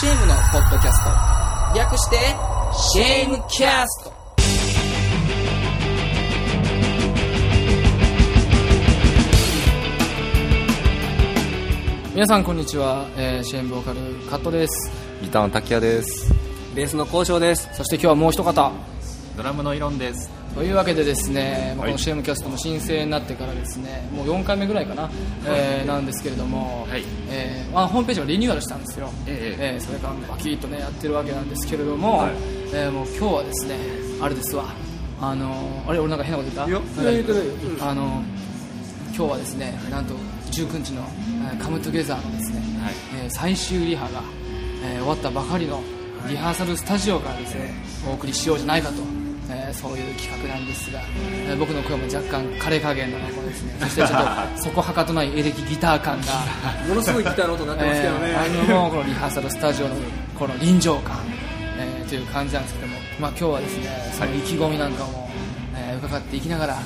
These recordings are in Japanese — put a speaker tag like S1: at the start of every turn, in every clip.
S1: シェームのポッドキャスト略してシェームキャスト皆さんこんにちは、えーシェームボーカルカットです
S2: ギターの滝谷ですベースの交渉です
S1: そして今日はもう一方
S3: ドラムのイロンです。
S1: というわけでですね、まあ
S3: は
S1: こ
S3: い
S1: の CM キャストも申請になってからですねもう4回目ぐらいかな、えーなんですけれども、
S3: はい
S1: えーまあ、ホームページもリニューアルしたんですよ、
S3: ええ
S1: えーそれからもうバキッとねやってるわけなんですけれども,、
S3: はい
S1: えーもう今日はですねあれですわあのーあれ俺なんか変なこと言った
S3: いや
S1: なんかあのー今日はですねなんと19日の「カムトゥゲザーのですね、
S3: はい
S1: えー最終リハが、えー終わったばかりのリハーサルスタジオからですね、お送りしようじゃないかと、えーそういう企画なんですが、えー僕の声も若干枯れ加減の中ですねそしてちょっ とそこはかとないエレキギター感が
S2: ものすごいギターの音になってますけどね、
S1: えーあのもうこのリハーサルスタジオのこの臨場感、えーという感じなんですけども、まあ、今日はですねその意気込みなんかも、えー伺っていきながら、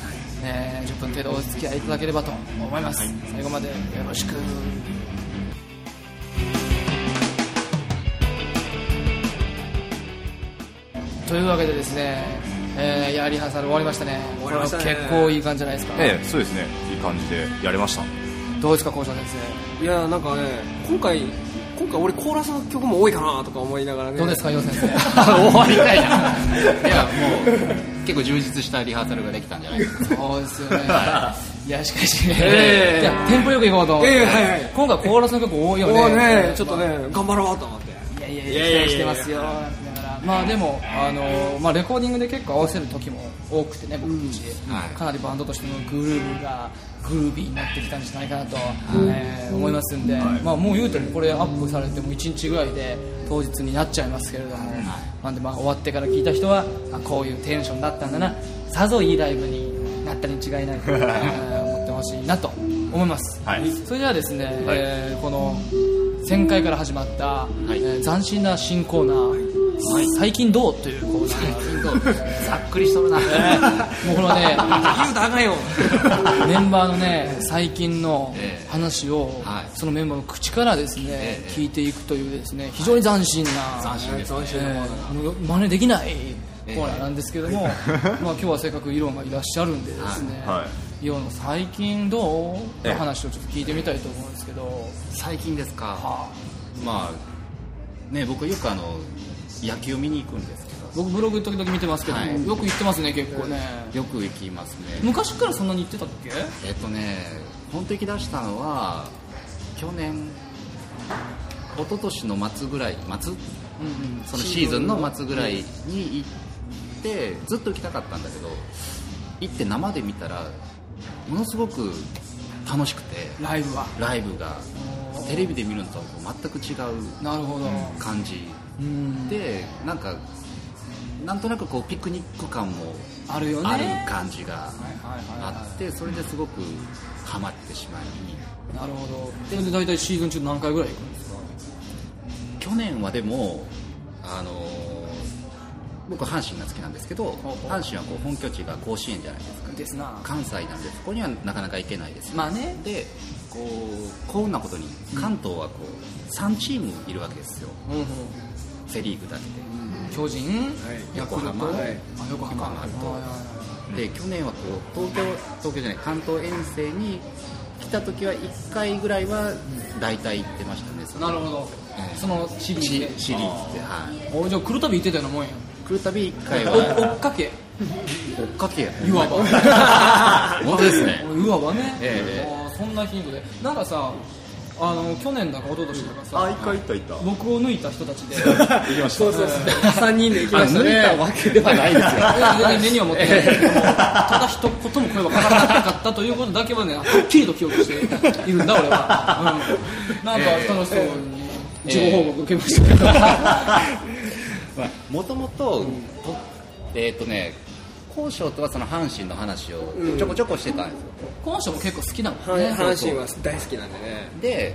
S1: えー10分程度お付き合いいただければと思います、最後までよろしくというわけでですね、えーいやリハーサル終わりましたね
S2: 終わりましたね
S1: これは結構いい感じじゃないですか、
S3: ええ、そうですね。いい感じでやれました。
S1: どうですか校長先生
S2: いやなんかね今回今回俺コーラスの曲も多いかなとか思いながらね
S1: どうですか伊藤先生
S3: 終わりたい な。いや、もう、結構充実したリハーサルができたんじゃないですか。
S1: そうですよね。いや、しかし、
S2: ええ
S1: いやテンポよく行こうと思って、
S2: ええはいはい
S1: 今回コーラスの曲多いよ
S2: お
S1: ね。
S2: ーねちょっとね
S1: まあ。
S2: 頑張ろうと思って
S1: いやいやい
S2: いや
S1: や、期
S2: いやいやいや
S1: 待してますよ。なんて言いながらまあでも、あのまあ、レコーディングで結構合わせる時も多くてね、僕たち、
S3: はい
S1: かなりバンドとしてのグルーブがグルービーになってきたんじゃないかなと、えー思いますんで、まあ、もう言うてもこれアップされても1日ぐらいで当日になっちゃいますけれども、なんでまあ終わってから聞いた人は、あこういうテンションだったんだな、さぞいいライブになったに違いないとえー思ってほしいなと思います。
S3: はい
S1: それではですね、
S3: はい
S1: えーこの前回から始まった、
S3: い
S1: えー斬新な新コーナー、最近どうというコーナーがある
S3: ざっくりしとるな。
S1: もうこれ は
S2: 言うだがよ
S1: ねメンバーのね最近の
S3: ええ
S1: 話を、
S3: はい
S1: そのメンバーの口からですね、
S3: ええ
S1: 聞いていくというですね非常に斬新な、
S3: 斬新です、ね。
S1: えーもう真似できないコーナーなんですけど も、まあ、今日はせっかくイロンがいらっしゃるんでですね、
S3: はいは
S1: イロンの最近どうの話をちょっと聞いてみたいと思うんですけど、
S3: 最近ですか。
S1: はあ
S3: まあ、ね、僕よくあの、野球見に行くんですけど、
S1: 僕ブログ時々見てますけど、
S3: はい
S1: よく言ってますね結構ね
S3: よく行きますね。
S1: 昔からそんなに言ってたっけ
S3: えっとね、本当に行き出したのは、去年、一昨年の末ぐらい、末
S1: うんうん
S3: そのシーズンの末ぐらいに行ってずっと行きたかったんだけど行って生で見たらものすごく楽しくて
S1: ライブは
S3: ライブがテレビで見るのとは全く違う
S1: なるほど、
S3: 感じ
S1: うん
S3: でなんかなんとなくこうピクニック感も
S1: あるよね
S3: ある感じが
S1: はいはいはい
S3: あ
S1: は
S3: ってそれですごくハマってしまい
S1: いなるほどそれで大体シーズン中何回ぐらい行くんですか
S3: 去年はでもあのー僕阪神が好きなんですけど
S1: ほう
S3: 阪神はこう本拠地が甲子園じゃないですか
S1: ですな
S3: 関西なんでそこにはなかなか行けないです、
S1: まあね
S3: でこう幸運なことに関東はこう3チームいるわけですよ
S1: うんうん
S3: セ・リーグだけ
S1: 巨人、
S2: い
S1: ヤクルト
S3: 横浜はい
S1: あ横浜
S3: 横浜と
S1: はいはいは
S3: でで去年はこう東京東京じゃない関東遠征に来た時は1回ぐらいは大体行ってましたねそ
S1: い
S3: の
S1: なるほど、
S3: ええ
S1: そのシリーズ
S3: シ
S1: で
S3: シリーズではい
S1: 俺じゃあ来るたび行ってたようなもんや
S3: 来るたび1回
S1: お
S3: は
S1: 追っかけ
S3: 追っかけ や
S1: いわば
S3: 本当ですね
S1: うわばね、
S3: ええ
S1: あーそんな頻度でなんかさあの去年だか一昨年だかさ、
S4: あ、一回行った行っ
S1: 僕を抜いた人たちで
S4: た。行きまし
S2: そうそうそう3人で行きましたね
S3: あ抜いたわけではないですよ
S1: 全然根には持ってないんだけどもただ一言も声はかからなかったということだけはねはっきりと記憶しているんだ俺は、うん、なんか楽しそうに自己報告受けましたけど、
S3: もともと、とえっ、とね、交渉とはその阪神の話を
S2: うん
S3: ちょこちょこしてたんですよ。
S1: この人も結構好きなの
S2: はい
S1: ね
S2: 阪神は大好きなんでね
S3: で、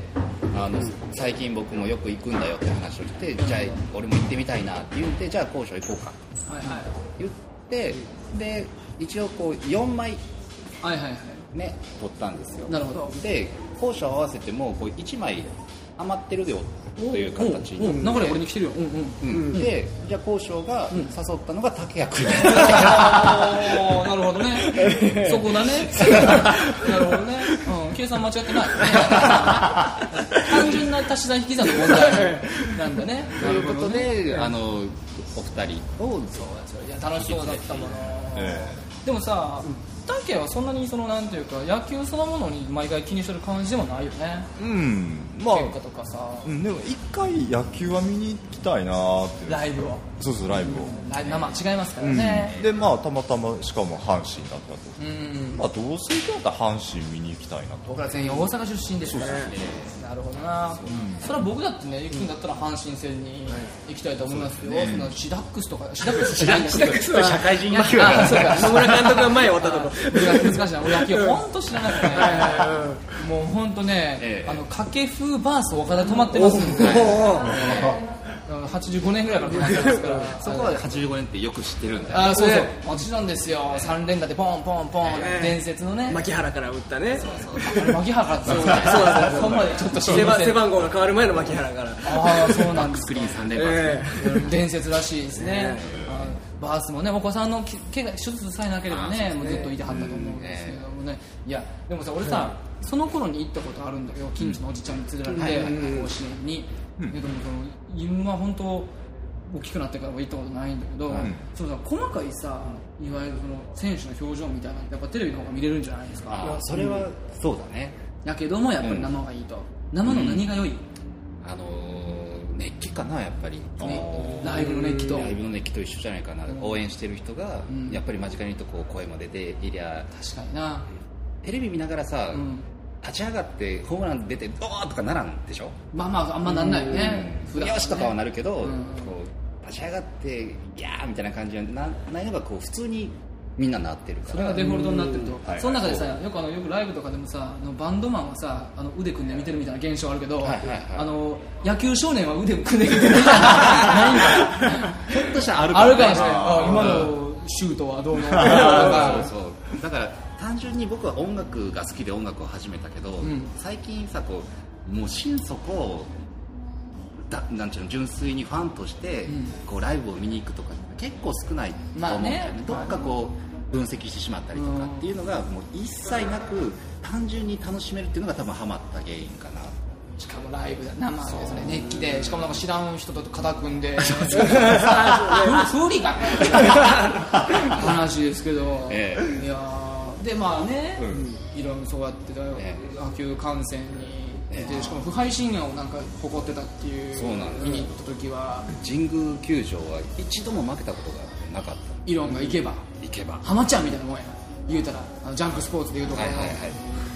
S3: あの、最近僕もよく行くんだよって話をして、じゃあ俺も行ってみたいなって言って、じゃあ交渉行こうかって
S1: はいは
S3: 言って、で、一応こう4枚
S1: いはいはいはい
S3: ね、取ったんですよ。
S1: なるほど
S3: で、交渉合わせてもこう1枚余ってるよという形
S1: うんうん
S3: になっ
S1: 流
S3: て
S1: れ俺に来てるよ、うん うん
S3: うんでじゃあ交渉が誘ったのが竹谷君
S1: あーなるほど ね。そこだね。なるほどね。うん、計算間違って ない。単純な足し算引き算の問題なんだ ね。
S3: ということで、あのお二人を
S1: いや、楽しそうだったもの。
S3: え
S1: でもさ、タケはそんなにそのなんていうか野球そのものに毎回気にする感じでもないよね。
S4: うんまあ
S1: 結果とかさ、
S4: うんでも一回野球は見に行きたいなーって
S1: ライブを。
S4: そうそうライブを、
S1: ライブ生違いますから
S4: うん
S1: ね。
S4: でまあたまたましかも阪神だったと、
S1: うん。
S4: まあどうせ行くんだったら阪神見に行きたいなと
S1: 僕ら全員大阪出身でしたからねなるほどな、それは僕だってね行くんだったら阪神戦に行きたいと思いますよ、そんなシダックスとかシダックス知らんシダックス
S3: ー社会人野球
S1: あそうか
S2: 野村監督が前終わったとこ
S1: 難しいな俺野球本当知らなくてねもう本当ね、
S3: ええ
S1: あの掛布バース岡田止まってますんで、
S2: おうおう
S1: あの85年ぐらいから止まってますから
S3: そこは85年ってよく知ってるんだよ
S1: あそうそう、もちろんですよ三連打でポンポンポン、
S2: ええ
S1: 伝説のね
S2: 牧原から打ったね
S1: 牧原ってそう
S2: そうそうそう
S1: こまでちょっと知り
S2: 背
S1: ま
S2: 番
S1: せん
S2: 背番号が変わる前の牧原から
S1: ああそうなんです
S3: スクリーン3連発、
S2: え
S1: 伝説らしいですね
S2: ね、
S1: あーバースもねお子さんのけ怪我手術さえなければねもうずっといてはったと思うんですけどもね、いやでもさ俺さ、その頃に行ったことあるんだけど近所のおじちゃんに連れられて甲子園に、でもその今は本当大きくなってからは行ったことないんだけど、そのさ細かいさいわゆるその選手の表情みたいなのやっぱテレビの方が見れるんじゃないですか
S3: あーそれはそうだね
S1: だけどもやっぱり生がいいと、生の何が良い、
S3: あのー熱気かなやっぱり
S1: ねライブの熱気と
S3: ライブの熱気と一緒じゃないかな、応援してる人が、
S1: ん
S3: やっぱり間近にいるとこう声も出ていりゃ
S1: 確かにな、
S3: テレビ見ながらさ、
S1: うん
S3: 立ち上がってホームラン出てドーとかならんでしょ、
S1: まあまああんまなんないよね、普
S3: よ
S1: 段ね
S3: しとかはなるけど、
S1: うん
S3: こう立ち上がってギャーみたいな感じになないのがこう普通にみんななってるから
S1: それがデフォルトになってると、
S3: はい
S1: その中でさよくあのよくライブとかでもさあのバンドマンはさあの腕組んで見てるみたいな現象あるけど、
S3: はいはいはい
S1: あの野球少年は腕を組んで見てる みたいなないんだ
S3: ひょっとしたらあるか
S1: あ
S3: もね
S1: るかもしれないあ今のシュートはどう なのか
S3: そうそうだから単純に僕は音楽が好きで音楽を始めたけど、
S1: ん
S3: 最近さこうもう心底だなんちゅうの純粋にファンとして、
S1: ん
S3: こうライブを見に行くとか結構少ないと思うんだよね,、
S1: まあね
S3: どっかこう分析してしまったりとかっていうのがもう一切なく単純に楽しめるっていうのが多分ハマった原因かな
S1: しかもライブだ生ですね熱気でしかもなんか知らん人と肩組んで不利か話ですけど、
S3: ええ
S1: いやーでまあね、いろいろそうやって
S3: え
S1: 野球観戦に
S3: ええ
S1: でしかも不敗神眼をなんか誇ってたっていう
S3: そうなんです
S1: 見に行った時は
S3: 神宮球場は一度も負けたことがなかっ
S1: イロンが行けば
S3: た行けば
S1: 浜ちゃんみたいなもんや言うたらあのジャンクスポーツでいうとこ
S3: は
S1: ろ
S3: い
S1: の、
S3: はいはい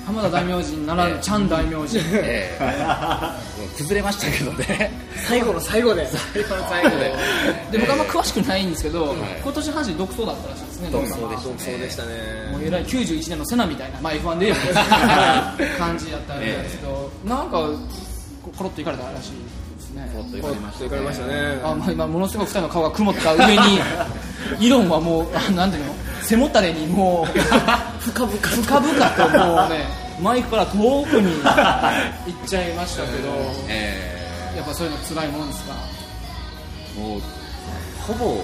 S1: 浜田大明神ならぬ、
S3: ええ
S1: ちゃん大明神
S3: ええ 崩れましたけどね
S2: 最後の最後で
S3: 最後の最後で
S1: で僕あんま詳しくないんですけど、今年阪神独走だったらしいですね
S3: 独走でした
S2: 独走でしたね
S1: もうえらい91年のセナみたいな、まあ、F1 で言えば感じだったみたいですけど、なんかこコロッといかれたらしいですね
S3: もっと行かれました
S2: 行かれましたね
S1: あ、まあ、今ものすごく2人の顔が曇った上に イロンはもうあなんていうの背もたれにもう深々深々ともうねマイクから遠くに行っちゃいましたけど、
S3: え
S1: やっぱそういうの辛いもんですか
S3: えもうほぼ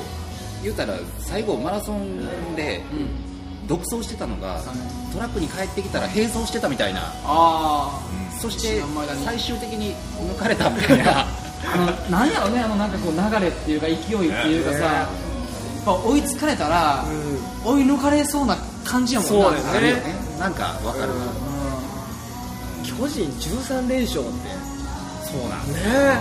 S3: 言うたら最後マラソンで独走してたのがトラックに帰ってきたら並走してたみたいな
S1: ああ
S3: そして
S1: 知らん間に
S3: 最終的に抜かれたみ たいな
S1: あのなんやろねあのなんかこう流れっていうか勢いっていうかさ、やっぱ追いつかれたら、追い抜かれそうな感じやもんな
S2: そうですね
S3: あるよねなんかわかる、
S2: 巨人13連勝ってね
S3: そうなん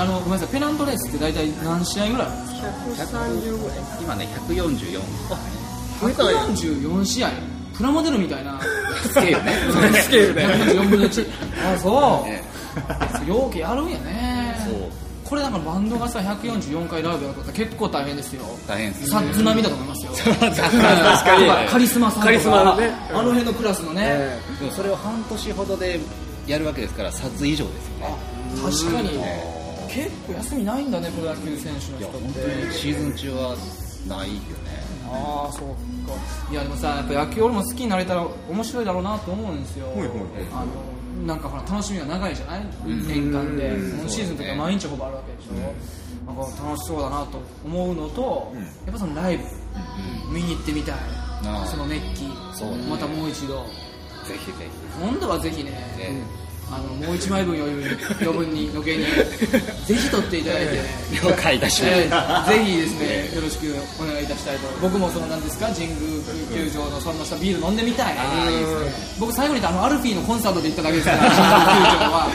S1: あのごめんなさいペナントレースって大体何試合ぐらいあるんです
S2: 130ぐらい
S3: 今ね144
S2: 増えたよ
S1: か44試合プラモデルみたいな
S3: スケー ルね
S2: スケールで
S1: 4分の1あそ
S3: え
S1: うようけやるんやね
S3: えそう
S1: これだからバンドがさ144回ライブやることは結構大変ですよ
S3: 大変です
S1: サッツ並みだと思います よ
S2: 確かに
S1: カリスマさんとか
S2: カリスマのね
S1: あの辺のクラスのね、
S2: え
S3: でもそれを半年ほどでやるわけですから札以上ですよね
S1: 確かに結構休みないんだねプロ野球選手
S3: い
S1: の人
S3: や本
S1: っ
S3: 当に
S1: て
S3: シーズン中はないよね
S1: ああそうかいやでもさやっぱ野球俺も好きになれたら面白いだろうなと思うんですよ、
S4: いはい
S1: あのなんかほら楽しみが長いじゃない、年間で、今シーズンとか毎日ほぼあるわけでしょ、なんか楽しそうだなと思うのと、やっぱそのライブ、見に行ってみたい
S3: ああ、
S1: その熱気、
S3: そうね
S1: またもう一度、
S3: ぜひぜひ
S1: 今度はぜひね、
S3: ね
S1: あのもう一枚分余分に余分に余計 にぜひ取っていただいて、ね、
S3: 了解いたしまし
S1: え
S3: た
S1: ーぜひですねよろしくお願いいたしたいと僕もそのなんですか神宮球場のその下ビール飲んでみたい
S3: あーいいです
S1: 僕最後に言ったあのアルフィーのコンサートで行っただけです から神宮球場は、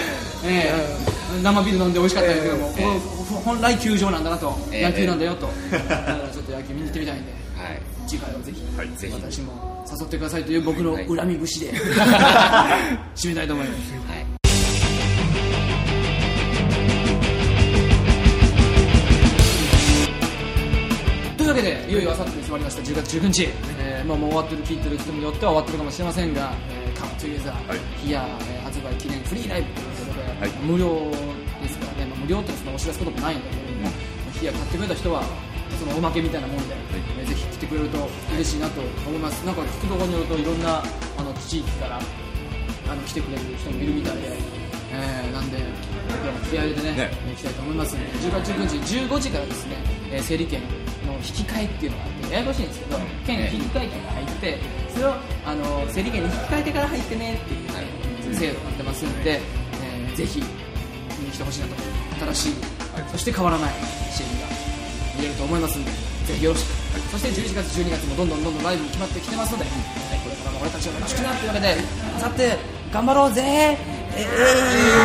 S1: ええ生ビール飲んで美味しかったですけども、
S3: ええ
S1: ここ本来球場なんだなと、
S3: ええ
S1: 野球なんだよと、だからちょっと野球見に行ってみたいんで
S3: はい
S1: 次回はぜひ、
S3: はいぜひ
S1: 私も誘ってくださいという僕の恨み節で、 締めたいと思います
S3: はい
S1: というわけでいよいよあさってに迫りました10月19日、えーまあ、もう終わってる聞いてる人によっては終わってるかもしれませんが「えー、カムトゥユーザー」
S4: はい
S1: いやえー発売記念フリーライブということで、無料ですからね、まあ、無料ってそんなお知らすこともないんだけれども、ヒア買ってくれた人はそのおまけみたいなもんで、えーぜひ来てくれると嬉しいなと思いますなんか聞くところによるといろんなあの地域からあの来てくれる人もいるみたいで、えーなんで僕らも気合い入れてね
S4: ね
S1: えー行きたいと思いますので10月19日15時からですね、えー整理券の引き換えっていうのがあってややこしいんですけど券
S3: ね
S1: 引き換え券が入ってそれをあの整理券に引き換えてから入ってねっていう制度になってますんで、えーぜひ見に来てほしいなと新しい、そして変わらないシーンが見れると思いますんでぜひよろしく、そして11月12月もどんどんどんどんライブも決まってきてますので、はいこれからも俺たちはよろしくなというわけであさって頑張ろうぜえーえー